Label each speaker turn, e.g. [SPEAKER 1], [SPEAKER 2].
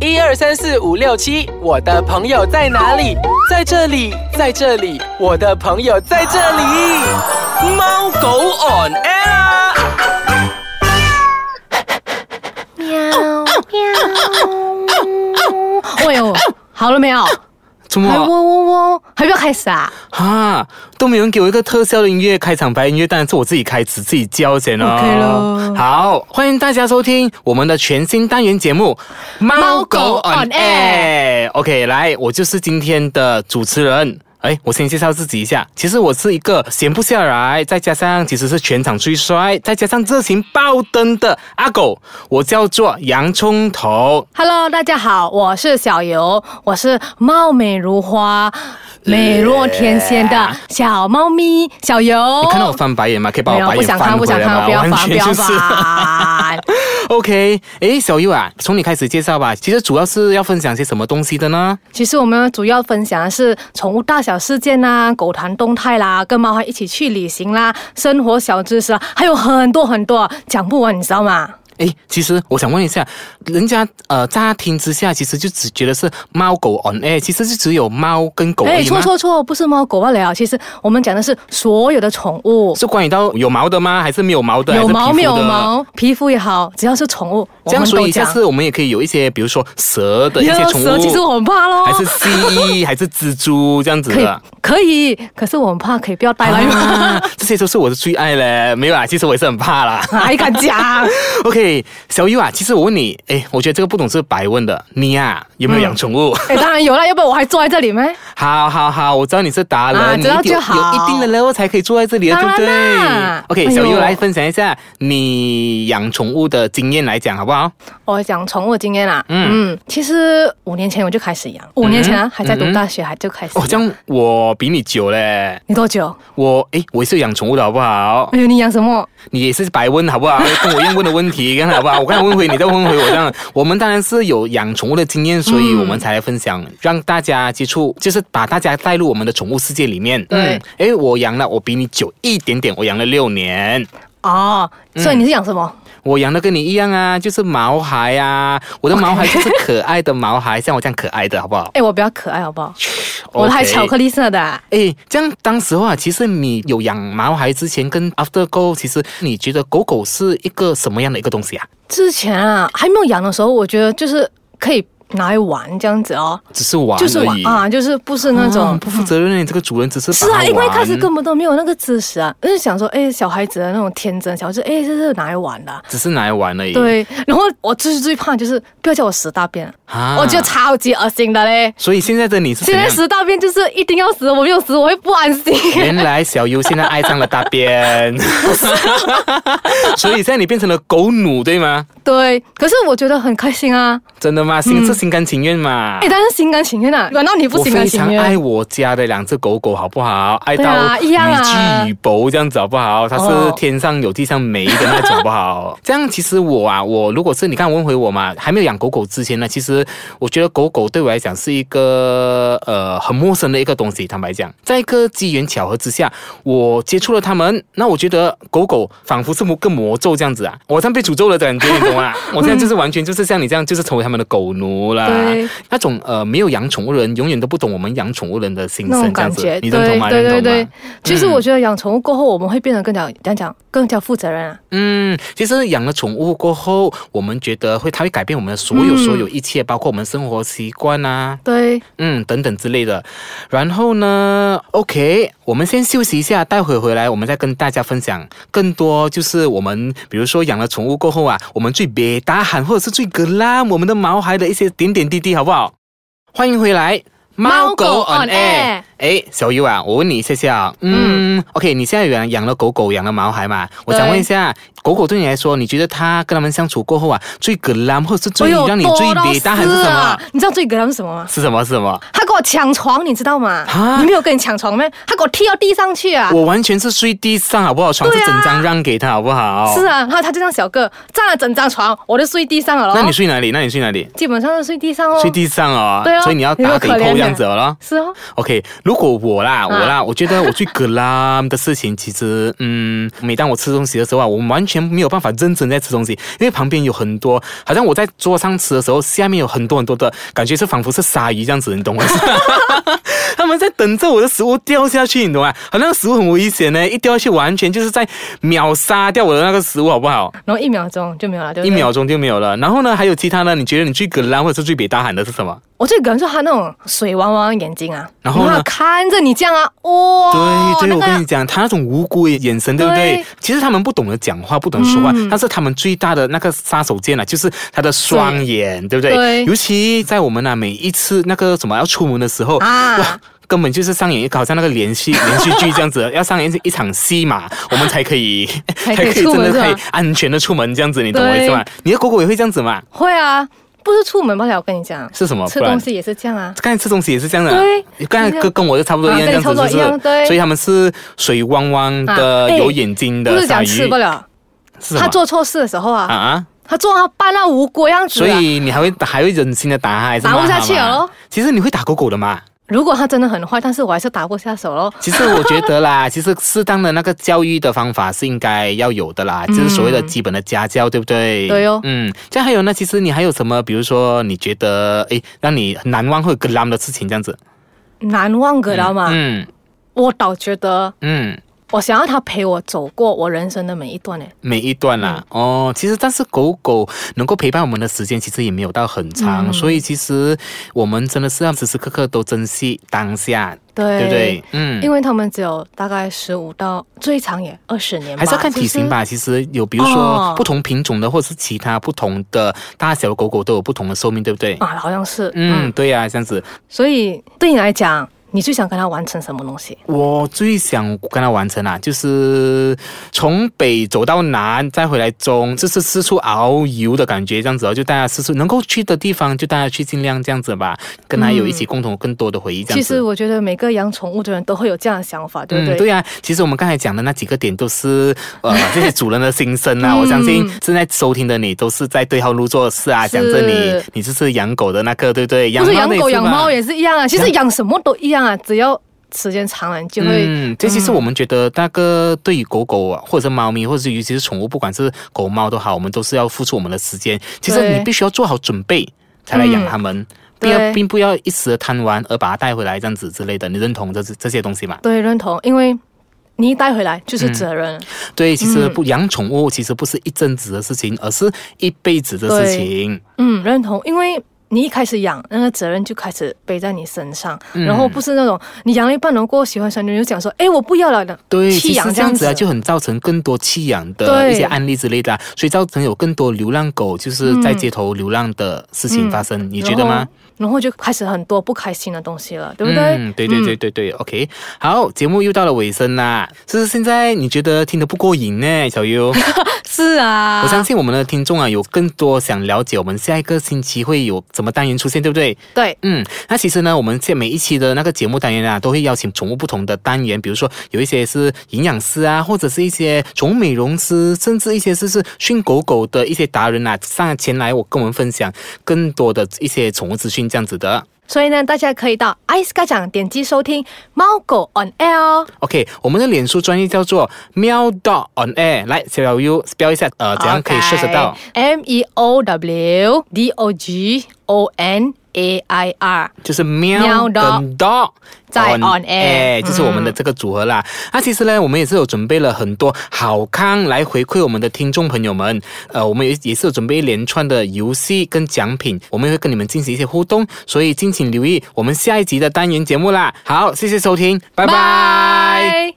[SPEAKER 1] 一二三四五六七，我的朋友在哪里？在这里，在这里，我的朋友在这里。猫狗 on air 啊。
[SPEAKER 2] 喵喵。哎呦，好了没有？
[SPEAKER 3] 怎
[SPEAKER 2] 还
[SPEAKER 3] 么
[SPEAKER 2] 嗡嗡嗡，还不要开始啊？
[SPEAKER 3] 啊？都没有人给我一个特效的音乐开场白音乐，当然是我自己开始自己教先了。
[SPEAKER 2] OK 咯
[SPEAKER 3] 好，欢迎大家收听我们的全新单元节目《猫狗
[SPEAKER 2] 猫狗 on
[SPEAKER 3] on air》。OK，来，我就是今天的主持人。哎，我先介绍自己一下。其实我是一个闲不下来，再加上其实是全场最帅，再加上热情爆灯的阿狗，我叫做洋葱头。
[SPEAKER 2] Hello，大家好，我是小游，我是貌美如花、美若天仙的小猫咪小游。
[SPEAKER 3] 你看到我翻白眼吗？可以把
[SPEAKER 2] 没
[SPEAKER 3] 我
[SPEAKER 2] 有，
[SPEAKER 3] 白
[SPEAKER 2] 不
[SPEAKER 3] 眼
[SPEAKER 2] 想
[SPEAKER 3] 翻
[SPEAKER 2] 看，
[SPEAKER 3] 回
[SPEAKER 2] 不想
[SPEAKER 3] 来
[SPEAKER 2] 看，
[SPEAKER 3] 吗？
[SPEAKER 2] 不要
[SPEAKER 3] 完
[SPEAKER 2] 烦，不
[SPEAKER 3] 全
[SPEAKER 2] 要
[SPEAKER 3] 就是。
[SPEAKER 2] 烦。
[SPEAKER 3] OK，诶，小佑啊，从你开始介绍吧。其实主要是要分享些什么东西的呢？
[SPEAKER 2] 其实我们主要分享的是宠物大小事件啦、狗团动态啦、跟猫还一起去旅行啦、生活小知识啦，啊还有很多很多，讲不完，你知道吗？
[SPEAKER 3] 诶，其实我想问一下，人家呃乍听之下，其实就只觉得是猫狗 on air，其实就只有猫跟狗而
[SPEAKER 2] 哎，
[SPEAKER 3] 已
[SPEAKER 2] 错
[SPEAKER 3] 吗？
[SPEAKER 2] 错错，不是猫狗罢了，其实我们讲的是所有的宠物，
[SPEAKER 3] 是关于到有毛的吗？还是没有毛的？
[SPEAKER 2] 有毛
[SPEAKER 3] 还是
[SPEAKER 2] 没
[SPEAKER 3] 皮肤
[SPEAKER 2] 有
[SPEAKER 3] 的？
[SPEAKER 2] 毛，皮肤也好，只要是宠物，我
[SPEAKER 3] 这样，
[SPEAKER 2] 们
[SPEAKER 3] 所
[SPEAKER 2] 都
[SPEAKER 3] 以下
[SPEAKER 2] 讲。
[SPEAKER 3] 次我们也可以有一些，比如说蛇的一些宠
[SPEAKER 2] 蛇
[SPEAKER 3] 物，
[SPEAKER 2] 其实我很怕咯，
[SPEAKER 3] 还是啊蜥蜴，还是蜘蛛这样子
[SPEAKER 2] 可以
[SPEAKER 3] 的。
[SPEAKER 2] 可以，可是我很怕，可以不要带来 吗？
[SPEAKER 3] 啊 这些都是我的最爱嘞，没有啊啦，其实我也是很怕啦。
[SPEAKER 2] 还敢 讲？
[SPEAKER 3] OK，小优啊，其实我问你，哎，我觉得这个不懂是白问的，你呀、有没有养宠物？
[SPEAKER 2] 哎，当然有啦，要不然我还坐在这里吗？
[SPEAKER 3] 好好好，我知道你是达人，
[SPEAKER 2] 啊
[SPEAKER 3] 你
[SPEAKER 2] 知道
[SPEAKER 3] 一定
[SPEAKER 2] 就好
[SPEAKER 3] 有一定的 level 才可以坐在这里的，啊对
[SPEAKER 2] 当
[SPEAKER 3] 不对
[SPEAKER 2] 然啦
[SPEAKER 3] ？OK，
[SPEAKER 2] 哎呦
[SPEAKER 3] 小优啊来分享一下你养宠物的经验来讲好不好？
[SPEAKER 2] 我讲宠物的经验啦，
[SPEAKER 3] 嗯
[SPEAKER 2] 嗯其实五年前我就开始养，五年前啊，还在读大学，还就开始
[SPEAKER 3] 哦，这
[SPEAKER 2] 养。
[SPEAKER 3] 样我比你久嘞，
[SPEAKER 2] 你多久？
[SPEAKER 3] 我哎，我也是有养宠物的好不好？
[SPEAKER 2] 哎呦，你养什么？
[SPEAKER 3] 你也是白问好不 好？跟我一样问的问题，看好不好？我刚才问回你，再问回我，这样我们当然是有养宠物的经验，所
[SPEAKER 2] 嗯
[SPEAKER 3] 以我们才来分享，让大家接触，就是把大家带入我们的宠物世界里面。
[SPEAKER 2] 对
[SPEAKER 3] 嗯，诶，我养了，我比你久一点点，我养了六年。
[SPEAKER 2] 哦，
[SPEAKER 3] 嗯
[SPEAKER 2] 所以你是养什么？
[SPEAKER 3] 我养的跟你一样啊，就是毛孩啊，我的毛孩就是可爱的毛孩，像我这样可爱的，好不好？
[SPEAKER 2] 哎，我比较可爱，好不好？我的还
[SPEAKER 3] OK
[SPEAKER 2] 巧克力色的啊。
[SPEAKER 3] 诶，这样当时话，其实你有养毛孩之前跟 after go，其实你觉得狗狗是一个什么样的一个东西啊？
[SPEAKER 2] 之前啊，还没有养的时候，我觉得就是可以拿来玩这样子哦，
[SPEAKER 3] 只是玩而已，
[SPEAKER 2] 就是玩啊，就是不是那
[SPEAKER 3] 哦
[SPEAKER 2] 种。
[SPEAKER 3] 不负责任欸，这个主人只是
[SPEAKER 2] 是啊，因为一开始
[SPEAKER 3] 跟
[SPEAKER 2] 根本都没有那个知识啊，就是想说，哎，小孩子的那种天真，小孩子，哎，这是拿来玩的啊、
[SPEAKER 3] 只是拿来玩而已。
[SPEAKER 2] 对，然后我最最怕就是不要叫我屎大便啊，
[SPEAKER 3] 啊
[SPEAKER 2] 我觉得超级恶心的嘞。
[SPEAKER 3] 所以现在的你是怎
[SPEAKER 2] 现在
[SPEAKER 3] 样？
[SPEAKER 2] 屎大便就是一定要死，我没有死我会不安心。
[SPEAKER 3] 原来小优现在爱上了大 便，所以现在你变成了狗奴对吗？
[SPEAKER 2] 对，可是我觉得很开心啊，
[SPEAKER 3] 真的吗？心是心甘情愿嘛。
[SPEAKER 2] 哎，但是心甘情愿啊，难道你不
[SPEAKER 3] 我
[SPEAKER 2] 心
[SPEAKER 3] 非
[SPEAKER 2] 甘情
[SPEAKER 3] 常爱
[SPEAKER 2] 愿？
[SPEAKER 3] 我家的两只狗狗，好不好？爱
[SPEAKER 2] 对啊
[SPEAKER 3] 到
[SPEAKER 2] 一样啊
[SPEAKER 3] 与具与薄这样子，好不好？它是
[SPEAKER 2] 哦
[SPEAKER 3] 天上有地上没的那种，好 不好？这样其实我啊，我如果是你刚刚问回我嘛，还没有养狗狗之前呢，其实我觉得狗狗对我来讲是一个呃很陌生的一个东西。坦白讲，在一个机缘巧合之下，我接触了它们，那我觉得狗狗仿佛是个魔咒这样子啊，我像被诅咒了的感觉，你懂吗？我现在就是完全就是像你这样，就是成为他们的狗奴啦。
[SPEAKER 2] 对
[SPEAKER 3] 啊那种呃没有养宠物的人，永远都不懂我们养宠物人的心
[SPEAKER 2] 那种
[SPEAKER 3] 声，嗯这
[SPEAKER 2] 感
[SPEAKER 3] 样子
[SPEAKER 2] 觉，，
[SPEAKER 3] 你认同吗？
[SPEAKER 2] 对
[SPEAKER 3] 你
[SPEAKER 2] 对
[SPEAKER 3] 认同
[SPEAKER 2] 对
[SPEAKER 3] 吗？。嗯
[SPEAKER 2] 其实我觉得养宠物过后，我们会变得更加讲讲更加负责任啊。
[SPEAKER 3] 嗯，其实养了宠物过后，我们觉得会它会改变我们的所有
[SPEAKER 2] 嗯
[SPEAKER 3] 所有一切，包括我们生活习惯啊，
[SPEAKER 2] 对，
[SPEAKER 3] 嗯等等之类的。然后呢，OK，我们先休息一下，待会回来我们再跟大家分享更多，就是我们比如说养了宠物过后啊，我们最别打喊或者是最格拉我们的毛孩的一些点点滴滴，好不好？欢迎回来。
[SPEAKER 2] 猫狗 on air
[SPEAKER 3] 哎，小优啊，我问你一下下啊，嗯 o k 你现在养养了狗狗，养了毛孩嘛？我想
[SPEAKER 2] 对
[SPEAKER 3] 问一下，狗狗对你来说，你觉得它跟它们相处过后啊，最格拉或者是最
[SPEAKER 2] 我有
[SPEAKER 3] 让你
[SPEAKER 2] 多
[SPEAKER 3] 最
[SPEAKER 2] 到
[SPEAKER 3] 别打喊是
[SPEAKER 2] 死
[SPEAKER 3] 什么
[SPEAKER 2] 啊？？你知道最格他是什么吗？
[SPEAKER 3] 是什么？是什么？
[SPEAKER 2] 他跟我我抢床，你知道吗
[SPEAKER 3] 啊？
[SPEAKER 2] 你没有跟你抢床咩？他给我踢到地上去啊！
[SPEAKER 3] 我完全是睡地上好不好？床是
[SPEAKER 2] 对啊
[SPEAKER 3] 整张让给他好不好？
[SPEAKER 2] 是。啊，然后他就这样小个占了整张床，我就睡地上了咯。
[SPEAKER 3] 那你睡哪里？那你睡哪里？
[SPEAKER 2] 基本上是睡地上哦。
[SPEAKER 3] 睡地上哦，
[SPEAKER 2] 对哦
[SPEAKER 3] 所以你要打顶
[SPEAKER 2] 有没有可怜
[SPEAKER 3] 扣
[SPEAKER 2] 的
[SPEAKER 3] 这样子了咯。
[SPEAKER 2] 是哦，
[SPEAKER 3] OK，如果我啦，我啦，我觉得我最 glam 的事情，其实，嗯，每当我吃东西的时候啊，我完全没有办法认真在吃东西，因为旁边有很多，好像我在桌上吃的时候，下面有很多很多的感觉，是仿佛是鲨鱼这样子，你懂吗？他们在等着我的食物掉下去，你懂吗？好像食物很危险呢，一掉下去完全就是在秒杀掉我的那个食物，好不好？
[SPEAKER 2] 然后一秒钟就没有了，对不
[SPEAKER 3] 一
[SPEAKER 2] 对？
[SPEAKER 3] 秒钟就没有了。然后呢，还有其他呢？你觉得你最 glam 或者是最北大喊的是什么？
[SPEAKER 2] 我最感受他那种水汪汪的眼睛啊，
[SPEAKER 3] 然后呢
[SPEAKER 2] 他看着你这样啊，哇，
[SPEAKER 3] 对对，
[SPEAKER 2] 哦那
[SPEAKER 3] 我
[SPEAKER 2] 个
[SPEAKER 3] 跟你讲，他那种无辜的眼神，对不对？
[SPEAKER 2] 对嗯
[SPEAKER 3] 其实他们不懂得讲话，不懂得说话，但是他们最大的那个杀手锏啊，就是他的双眼，对不对？
[SPEAKER 2] 对
[SPEAKER 3] 尤其在我们啊，每一次那个什么要出门的时候，
[SPEAKER 2] 啊
[SPEAKER 3] 哇。根本就是上演一个好像那个连续连续剧这样子，要上演一场戏嘛，我们 才可以
[SPEAKER 2] 才可以
[SPEAKER 3] 真
[SPEAKER 2] 出门
[SPEAKER 3] 的可以
[SPEAKER 2] 是吧
[SPEAKER 3] 安全的出门这样子，你懂我
[SPEAKER 2] 对
[SPEAKER 3] 意思吗？你的狗狗也会这样子嘛？
[SPEAKER 2] 会啊，不是出门罢了，我跟你讲，
[SPEAKER 3] 是什么？
[SPEAKER 2] 吃
[SPEAKER 3] 不然
[SPEAKER 2] 东西也是这样啊。
[SPEAKER 3] 刚才吃东西也是这样的啊，
[SPEAKER 2] 对
[SPEAKER 3] 刚才
[SPEAKER 2] 就这样
[SPEAKER 3] 跟跟我就差不多一样，
[SPEAKER 2] 啊跟
[SPEAKER 3] 这样
[SPEAKER 2] 你差
[SPEAKER 3] 子
[SPEAKER 2] 不多
[SPEAKER 3] 是不
[SPEAKER 2] 一样
[SPEAKER 3] 是？
[SPEAKER 2] 对
[SPEAKER 3] 所以他们是水汪汪
[SPEAKER 2] 啊
[SPEAKER 3] 的、
[SPEAKER 2] 哎
[SPEAKER 3] 有眼睛
[SPEAKER 2] 不
[SPEAKER 3] 的
[SPEAKER 2] 是
[SPEAKER 3] 鲨
[SPEAKER 2] 讲
[SPEAKER 3] 鱼，
[SPEAKER 2] 吃不了，
[SPEAKER 3] 是什
[SPEAKER 2] 他
[SPEAKER 3] 么
[SPEAKER 2] 做错事的时候啊，
[SPEAKER 3] 啊啊！
[SPEAKER 2] 他做到半那无辜样子、
[SPEAKER 3] 所
[SPEAKER 2] 啊。
[SPEAKER 3] 以你还会还会忍心的打它，还是
[SPEAKER 2] 打不
[SPEAKER 3] 骂
[SPEAKER 2] 下
[SPEAKER 3] 它
[SPEAKER 2] 去
[SPEAKER 3] 吗
[SPEAKER 2] 了咯
[SPEAKER 3] 其实你会打狗狗的嘛？
[SPEAKER 2] 如果他真的很坏，但是我还是打不下手喽。
[SPEAKER 3] 其实我觉得 啦，其实适当的那个教育的方法是应该要有的啦，就是所谓的基本的家教，对不
[SPEAKER 2] 嗯
[SPEAKER 3] 对？
[SPEAKER 2] 对哦
[SPEAKER 3] 嗯，这样还有呢？其实你还有什么？比如说你觉得诶让你很难忘或者更浪的事情，这样子？
[SPEAKER 2] 难忘的，知道吗？
[SPEAKER 3] 嗯
[SPEAKER 2] 我倒觉得，
[SPEAKER 3] 嗯。
[SPEAKER 2] 我想要他陪我走过我人生的每一段欸呢。
[SPEAKER 3] 每一段啦，
[SPEAKER 2] 嗯
[SPEAKER 3] 哦，其实但是狗狗能够陪伴我们的时间其实也没有到很长，
[SPEAKER 2] 嗯
[SPEAKER 3] 所以其实我们真的是要时时刻刻都珍惜当下，
[SPEAKER 2] 对
[SPEAKER 3] 对不对？嗯，
[SPEAKER 2] 因
[SPEAKER 3] 为
[SPEAKER 2] 为他们只有大概十五到最长也二十年吧，
[SPEAKER 3] 还是要看体型吧。其实有比如说
[SPEAKER 2] 哦
[SPEAKER 3] 不同品种的，或者是其他不同的大小的狗狗都有不同的寿命，对不对？
[SPEAKER 2] 就是。啊，好像是，嗯，
[SPEAKER 3] 嗯，对呀、这样子。
[SPEAKER 2] 所以对你来讲，你最想跟他完成什么东西？
[SPEAKER 3] 我最想跟它完成啊，就是从北走到南，再回来中，就是四处遨游的感觉，这样子哦，就大家四处能够去的地方，就大家去尽量这样子吧，跟他有一起共同更多的回忆，这样
[SPEAKER 2] 其
[SPEAKER 3] 子。
[SPEAKER 2] 实我觉得每个养宠物的人都会有这样的想法，对不对？
[SPEAKER 3] 嗯嗯，对呀、其实我们刚才讲的那几个点都是 呃这些主人的心声啊，我相信正在收听的你都是在对号入座的事啊，想着你
[SPEAKER 2] 是
[SPEAKER 3] 你就是养狗的那个，对不对？
[SPEAKER 2] 不是
[SPEAKER 3] 猫
[SPEAKER 2] 养
[SPEAKER 3] 的也
[SPEAKER 2] 狗养
[SPEAKER 3] 嘛
[SPEAKER 2] 猫也是一样啊，其实养什么都一样啊，只要时间长了，你就会、
[SPEAKER 3] 嗯，这其实我们觉得那个对于狗狗啊，或者是猫咪，或者是尤其是宠物，不管是狗猫都好，我们都是要付出我们的时间。其实
[SPEAKER 2] 对
[SPEAKER 3] 你必须要做好准备才来养它们，不要
[SPEAKER 2] 对
[SPEAKER 3] 并不要一时的贪玩而把它带回来这样子之类的。你认同这这些东西吗？
[SPEAKER 2] 对认同，因为你一带回来就是责任。
[SPEAKER 3] 对，其实
[SPEAKER 2] 嗯
[SPEAKER 3] 不养宠物其实不是一阵子的事情，而是一辈子的事情。
[SPEAKER 2] 嗯，认同，因为你一开始养，那个责任就开始背在你身上，
[SPEAKER 3] 嗯
[SPEAKER 2] 然后不是那种你养了一半，然后过后喜欢上你就讲说，哎，我不要了的，
[SPEAKER 3] 对，
[SPEAKER 2] 弃
[SPEAKER 3] 其实
[SPEAKER 2] 养
[SPEAKER 3] 这
[SPEAKER 2] 这
[SPEAKER 3] 样
[SPEAKER 2] 样
[SPEAKER 3] 子
[SPEAKER 2] 子
[SPEAKER 3] 啊，就很造成更多弃养的
[SPEAKER 2] 对
[SPEAKER 3] 一些案例之类的啊、所以造成有更多流浪狗就是在街头流浪的事情发生，你觉得吗？？
[SPEAKER 2] 嗯然后然后就开始很多不开心的东西了，对不对？
[SPEAKER 3] 嗯，对对对
[SPEAKER 2] 嗯
[SPEAKER 3] 对对、o k 好，节目又到了尾声啦。是现在你觉得听得不过瘾呢，小优？
[SPEAKER 2] 是啊，
[SPEAKER 3] 我相信我们的听众啊，有更多想了解我们下一个星期会有什么单元出现，对不对？
[SPEAKER 2] 对。
[SPEAKER 3] 嗯，那其实呢，我们这每一期的那个节目单元啊，都会邀请宠物不同的单元，比如说有一些是营养师啊，或者是一些宠物美容师，甚至一些是是训狗狗的一些达人啊，上前来我跟我们分享更多的一些宠物资讯这样子的。
[SPEAKER 2] 所以呢，大家可以到 Ice 家长点击收听《猫狗 on Air》哦。
[SPEAKER 3] OK，我们的脸书专业叫做喵 dot on air，来小小 U 标一下，呃，怎样可以
[SPEAKER 2] OK
[SPEAKER 3] 设得到
[SPEAKER 2] M E O W D O G O N A I R。
[SPEAKER 3] 就是喵
[SPEAKER 2] 喵
[SPEAKER 3] 跟 dot
[SPEAKER 2] 在 on air 嗯
[SPEAKER 3] 就是我们的这个组合啦。那、其实呢，我们也是有准备了很多好康来回馈我们的听众朋友们。呃，我们也也是有准备一连串的游戏跟奖品，我们也会跟你们进行一些互动，所以敬请留意我们下一集的单元节目啦。好，谢谢收听，拜拜。
[SPEAKER 2] 拜。